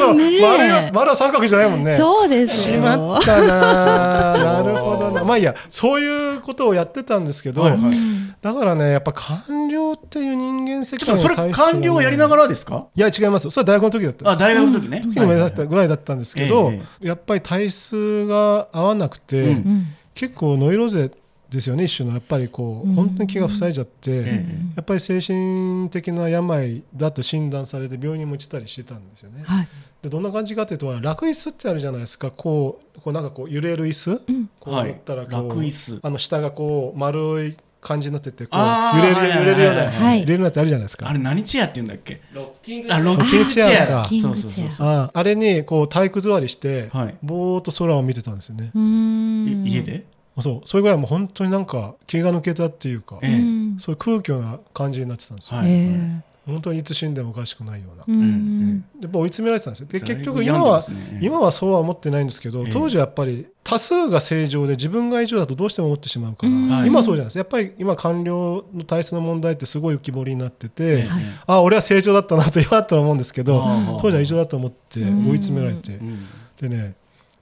Speaker 4: ほど。
Speaker 6: ねえ
Speaker 4: 丸は丸は三角じゃないもんね。
Speaker 6: そうです
Speaker 4: し
Speaker 6: よ
Speaker 4: まったな。なるほどな。まあいいやそういうことをやってたんですけど、
Speaker 2: はいはい
Speaker 4: だからねやっぱ官僚っていう人間世
Speaker 2: ち
Speaker 4: 界
Speaker 2: ょっとそ
Speaker 4: の体
Speaker 2: れ
Speaker 4: 質
Speaker 2: 官僚をやりなが
Speaker 4: ら。
Speaker 2: らですか？
Speaker 4: いや違います。それは大学の時だったんで
Speaker 2: あ
Speaker 4: す。
Speaker 2: 大学の時ね。
Speaker 4: 時に目指したぐらいだったんですけど、
Speaker 2: えええ
Speaker 4: やっぱり体質が合わなくて、
Speaker 2: うん
Speaker 6: うん
Speaker 4: 結構ノイローゼですよね一種のやっぱりこう、
Speaker 6: うん
Speaker 4: 本当に気が塞いじゃって、
Speaker 2: え
Speaker 4: やっぱり精神的な病だと診断されて病院にも行ってたりしてたんですよね。
Speaker 6: はい
Speaker 4: でどんな感じかというとほら楽椅子ってあるじゃないですかこうこうなんかこう揺れる椅子、こう
Speaker 2: はい
Speaker 4: やったらこう、
Speaker 2: 楽椅子
Speaker 4: あの下がこう丸い感じになっててこ
Speaker 2: あー
Speaker 4: う揺れる
Speaker 2: はいはいはい
Speaker 4: 揺れるようなやつ、
Speaker 6: はい
Speaker 4: 揺れるようなやつあるじゃないですか。
Speaker 2: あれ何チェアって言うんだっけ？ロッキング。あロ
Speaker 4: ロ
Speaker 2: ッ
Speaker 4: ッ
Speaker 2: キ
Speaker 4: キ
Speaker 2: ン
Speaker 4: ン
Speaker 2: グチ
Speaker 4: グチ
Speaker 2: ェ
Speaker 4: ェ
Speaker 2: ア
Speaker 4: ア
Speaker 2: だ
Speaker 4: か
Speaker 6: キン
Speaker 2: そ
Speaker 6: グ
Speaker 2: う
Speaker 6: チェア
Speaker 2: そうそうそう。
Speaker 4: ああれにこう体育座りして、
Speaker 2: はい
Speaker 4: ぼーっと空を見てたんですよね
Speaker 6: う。ーん
Speaker 2: い家で？
Speaker 4: そうそれぐらいもう本当になんか気が抜けたっていうか、
Speaker 2: ええ
Speaker 6: うん
Speaker 4: そういう空虚な感じになってたんですよ、
Speaker 2: はい
Speaker 6: え
Speaker 4: 本当にいつ死んでもおかしくないような、
Speaker 6: えうんうん
Speaker 4: でやっぱ追い詰められてたんですよで
Speaker 2: だいぶ
Speaker 4: 結局今
Speaker 2: 病
Speaker 4: は、
Speaker 2: んでますね
Speaker 4: 今はそうは思ってないんですけど
Speaker 2: ええ
Speaker 4: 当時はやっぱり多数が正常で自分が異常だとどうしても思ってしまうから、
Speaker 6: うん
Speaker 2: はい
Speaker 4: 今はそうじゃないですかやっぱり今官僚の体質の問題ってすごい浮き彫りになってて、
Speaker 2: ええ
Speaker 4: あ俺は正常だったなと今だったら思うんですけど
Speaker 2: ああ
Speaker 4: 当時は異常だと思って追
Speaker 6: う
Speaker 4: い
Speaker 6: ん
Speaker 4: 詰められ
Speaker 2: う
Speaker 4: て、
Speaker 2: ん
Speaker 4: でね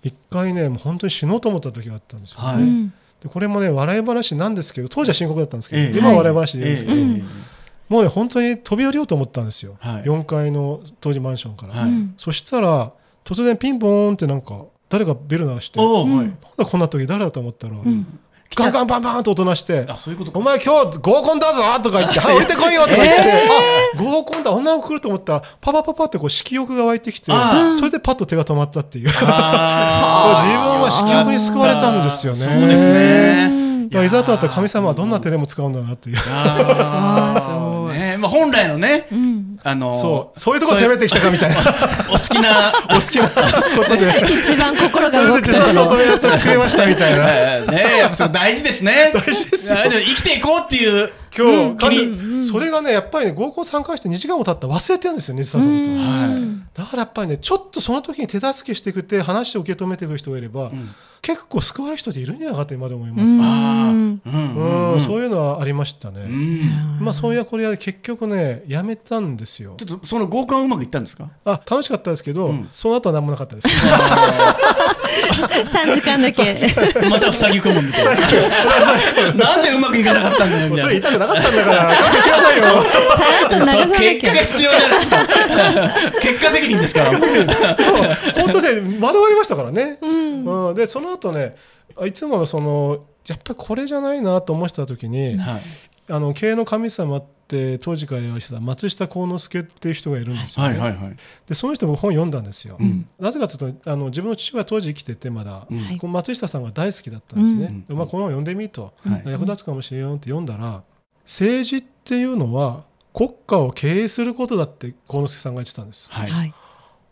Speaker 4: 一回ねもう本当に死のうと思った時があったんですよ、
Speaker 2: は
Speaker 6: う
Speaker 2: い。
Speaker 6: ん
Speaker 4: でこれもね笑い話なんですけど当時は深刻だったんですけど、
Speaker 2: ええ
Speaker 4: 今は笑い話で言うん
Speaker 2: え
Speaker 4: ですけど、
Speaker 2: え
Speaker 6: うん
Speaker 4: もうね本当に飛び降りようと思ったんですよ、
Speaker 2: はい
Speaker 4: 4階の当時マンションから、
Speaker 2: はい
Speaker 6: うん
Speaker 4: そしたら突然ピンポーンってなんか誰がベル鳴らしてなん
Speaker 2: おお、はい
Speaker 4: だこんな時誰だと思ったら、
Speaker 2: 来ちゃ
Speaker 4: ガ
Speaker 2: っ
Speaker 4: ンガンバンバンと音なして
Speaker 2: あ、そういうことか。
Speaker 4: お前今日合コンだぞとか言って、はい、降りてこいよとか言って、あ合コンだ、女の子来ると思ったら、パパパパってこう色欲が湧いてきて、
Speaker 2: あ
Speaker 4: それでパッと手が止まったっていう。自分
Speaker 2: あ
Speaker 4: は色欲に救われたんですよね。
Speaker 2: そうですね。
Speaker 4: だからいざとなったら神様はどんな手でも使うんだなっていう。
Speaker 2: あ
Speaker 6: あーす
Speaker 2: ー
Speaker 6: ごい
Speaker 2: ねまあ本来のね、
Speaker 6: うん
Speaker 2: あのー
Speaker 4: そう、そういうとこ攻めてきたか
Speaker 2: *laughs*
Speaker 4: みたいな、
Speaker 2: お好きな、
Speaker 4: お好きなことで、
Speaker 6: 一番心
Speaker 4: そ
Speaker 6: が動
Speaker 4: れ
Speaker 6: く
Speaker 4: で
Speaker 6: と
Speaker 4: 自
Speaker 6: こ
Speaker 4: 殺を
Speaker 6: ろ
Speaker 4: 止めやってくれましたみたいな。
Speaker 2: ねやっぱそれ大事です
Speaker 4: *laughs*
Speaker 2: ね。大事ですよ。生きていこうっていう。
Speaker 4: 今日、彼
Speaker 6: うん
Speaker 4: それがね、やっぱりね、合コン参加して2時間も経ったら忘れてるんですよね、実は
Speaker 6: う
Speaker 4: そのことを。
Speaker 6: ん
Speaker 4: だからやっぱりねちょっとその時に手助けしてくれて話を受け止めてくる人がいれば、
Speaker 2: ん
Speaker 4: 結構救われる人っているんじゃないかと今でも思いうます、うん
Speaker 6: ん
Speaker 2: あ
Speaker 6: うん
Speaker 2: ーうんうん
Speaker 4: そういうのはありました
Speaker 2: う
Speaker 4: ね、
Speaker 2: ん
Speaker 4: まあそういやこれやで結局ねやめたんですよ
Speaker 2: ちょっとその合コンはうまくいったんですか
Speaker 4: あ楽しかったですけど、
Speaker 2: うん
Speaker 4: その後は何もなかったです
Speaker 2: *laughs*
Speaker 6: 三時間だけ
Speaker 2: また塞ぎ込むみたいな。 *laughs* なんでうまくいかなかったんだよ
Speaker 4: もう
Speaker 2: み
Speaker 4: そ
Speaker 2: た
Speaker 4: れ
Speaker 2: いな。
Speaker 4: 痛くなかったんだから勘弁してくださいよ
Speaker 6: さらっと流さ
Speaker 2: そ
Speaker 6: な
Speaker 2: う
Speaker 6: き
Speaker 2: 結果が
Speaker 6: ゃ
Speaker 2: 必要じゃないですか。結果責任ですから。
Speaker 4: でも本当ね丸わりましたからね、うんでその後ねあいつものそのやっぱりこれじゃないなと思ってた時に、
Speaker 2: はい
Speaker 4: あの経営の神様って当時から言われてた松下幸之助っていう人がいるんですよ、ね
Speaker 2: はいはいはい。
Speaker 4: でその人も本読んだんですよ、
Speaker 2: うん
Speaker 4: なぜかというとあの自分の父が当時生きててまだ、
Speaker 2: うん
Speaker 6: はい
Speaker 4: こう松下さんが大好きだったんですね、
Speaker 2: うん
Speaker 4: でまあ、この本読んでみと、
Speaker 2: はい
Speaker 4: 役立つかもしれんよって読んだら政治っていうのは国家を経営することだって幸之助さんが言ってたんです
Speaker 2: はい。
Speaker 6: はい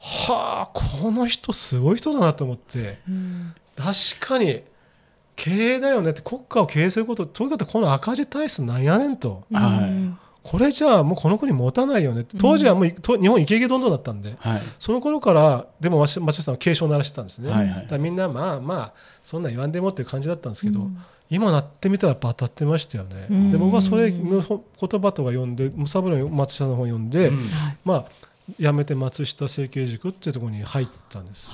Speaker 4: はあこの人すごい人だなと思って
Speaker 6: うん
Speaker 4: 確かに経営だよねって国家を経営することということはこの赤字体質なんやねんと
Speaker 2: はい
Speaker 6: うん
Speaker 4: これじゃあもうこの国持たないよねって当時はもういと日本イケイケどんどんだったんで
Speaker 2: はい。
Speaker 4: その頃からでも松下さんは警鐘を鳴らしてたんですね、
Speaker 2: はいはい
Speaker 4: だからみんなまあまあそんなん言わんでもっていう感じだったんですけ
Speaker 6: う
Speaker 4: ど、
Speaker 6: ん
Speaker 4: 今なってみたらやっぱ当たってましたよね、
Speaker 6: うん
Speaker 4: で僕はそれの言葉とか読んでむさぶら松下の本読んで、
Speaker 2: うん
Speaker 4: まあ辞めて松下整形塾っていうところに入ったんです、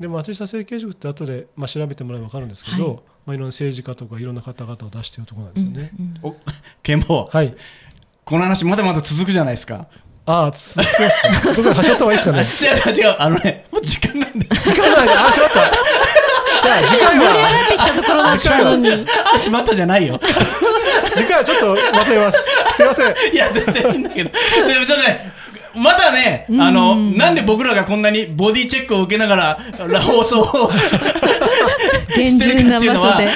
Speaker 4: で松下整形塾って後でまあ、調べてもらえば分かるんですけど、
Speaker 6: はい
Speaker 4: いまあ、いろんな政治家とかいろんな方々を出しているところなんですよね、
Speaker 6: うん
Speaker 2: お、剣坊、
Speaker 4: はい
Speaker 2: この話まだまだ続くじゃないですか。
Speaker 4: ああ続きますね僕ら走った方がいいですか
Speaker 2: あ
Speaker 4: ね
Speaker 2: 違う違う、あのね、もう時間なんです。
Speaker 4: 時間ないあ走ったじゃあ次回
Speaker 6: 盛り上
Speaker 4: は
Speaker 6: がってきたところだったのに
Speaker 2: あ、しまったじゃないよ。
Speaker 4: 次回はちょっとまとめます。すいません。
Speaker 2: いや、全然いいんだけど。でもちょっとね、まだね、あの、なんで僕らがこんなにボディチェックを受けながら、
Speaker 4: *laughs*
Speaker 2: ラ放送をし
Speaker 6: 厳
Speaker 2: てる
Speaker 6: 重
Speaker 2: か
Speaker 6: な
Speaker 2: っていう
Speaker 6: 場
Speaker 2: の
Speaker 6: 所
Speaker 2: は
Speaker 6: で、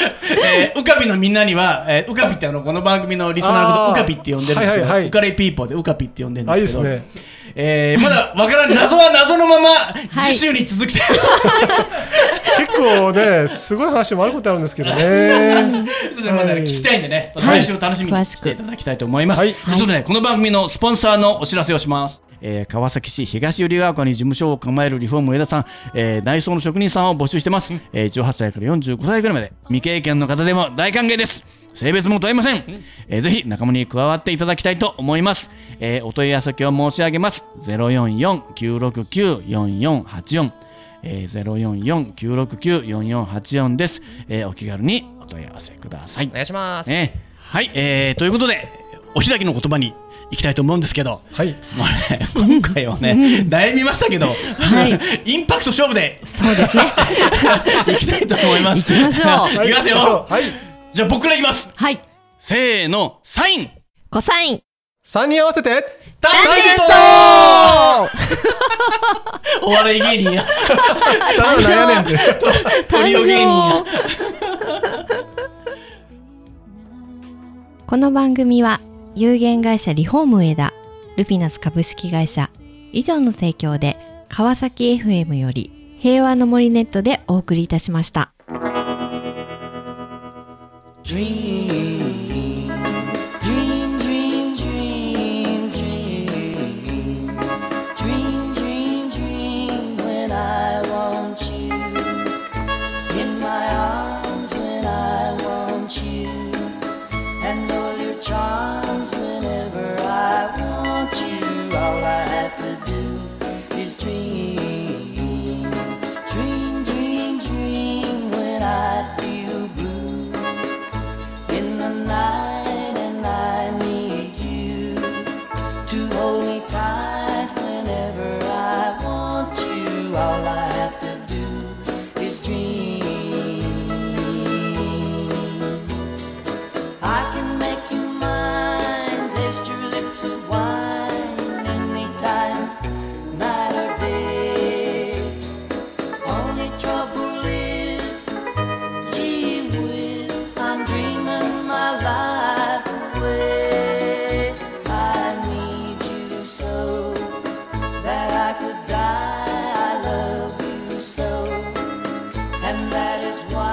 Speaker 2: えー、ウカピのみんなには、えー、ウカピってあの、この番組のリスナーのこと、
Speaker 4: あー
Speaker 2: ウカピって呼んでるんですけど、
Speaker 4: はいはいはい
Speaker 2: ウカレイピーポーでウカピって呼んでるんですけど、
Speaker 4: あいいですね
Speaker 2: えーまだわからない、謎は謎のまま、次週に続きたい。 *laughs*
Speaker 4: 結構ね、すごい話もあることあるんですけどね。
Speaker 2: それまで聞きたいんでね、来週を楽しみにしていただきたいと思います。
Speaker 4: は
Speaker 2: と
Speaker 4: い
Speaker 2: いうことでね、この番組のスポンサーのお知らせをします。えー川崎市東百合ヶ丘に事務所を構えるリフォーム上田さん、えー内装の職人さんを募集してます、えー18歳から45歳くらいまで未経験の方でも大歓迎です性別も問いません、えーぜひ仲間に加わっていただきたいと思います、えーお問い合わせを申し上げます044-969-4484えー、044-969-4484です、えーお気軽にお問い合わせください。
Speaker 7: お願いします。
Speaker 2: ね、はい、えーということでお開きの言葉に行きたいと思うんですけど、
Speaker 4: はい。
Speaker 2: もう *laughs* ね、今回はね悩みましたけど、
Speaker 6: い
Speaker 2: *laughs* インパクト勝負で
Speaker 6: そうですね
Speaker 2: *laughs* 行きたいと思います。
Speaker 6: 行きま
Speaker 3: *laughs*
Speaker 6: しょう
Speaker 2: 行きますよ。
Speaker 4: はい。
Speaker 2: じゃあ僕から行きます。
Speaker 6: はい
Speaker 2: せーの、サイン。
Speaker 6: コサイン
Speaker 4: 3人合わせて、
Speaker 2: タ
Speaker 4: タンジェット
Speaker 2: お笑い芸人や
Speaker 4: だから悩ねんで。
Speaker 2: トリオ芸人や
Speaker 3: この番組は有限会社リフォーム上田ルピナス株式会社以上の提供で川崎 FM より平和の森ネットでお送りいたしました。
Speaker 8: Dream, dream, dream when I want you. In my arms when I want you. And all your charms whenever I want you. All I have to do is dream. Dream, dream, dream when I feel blue. is why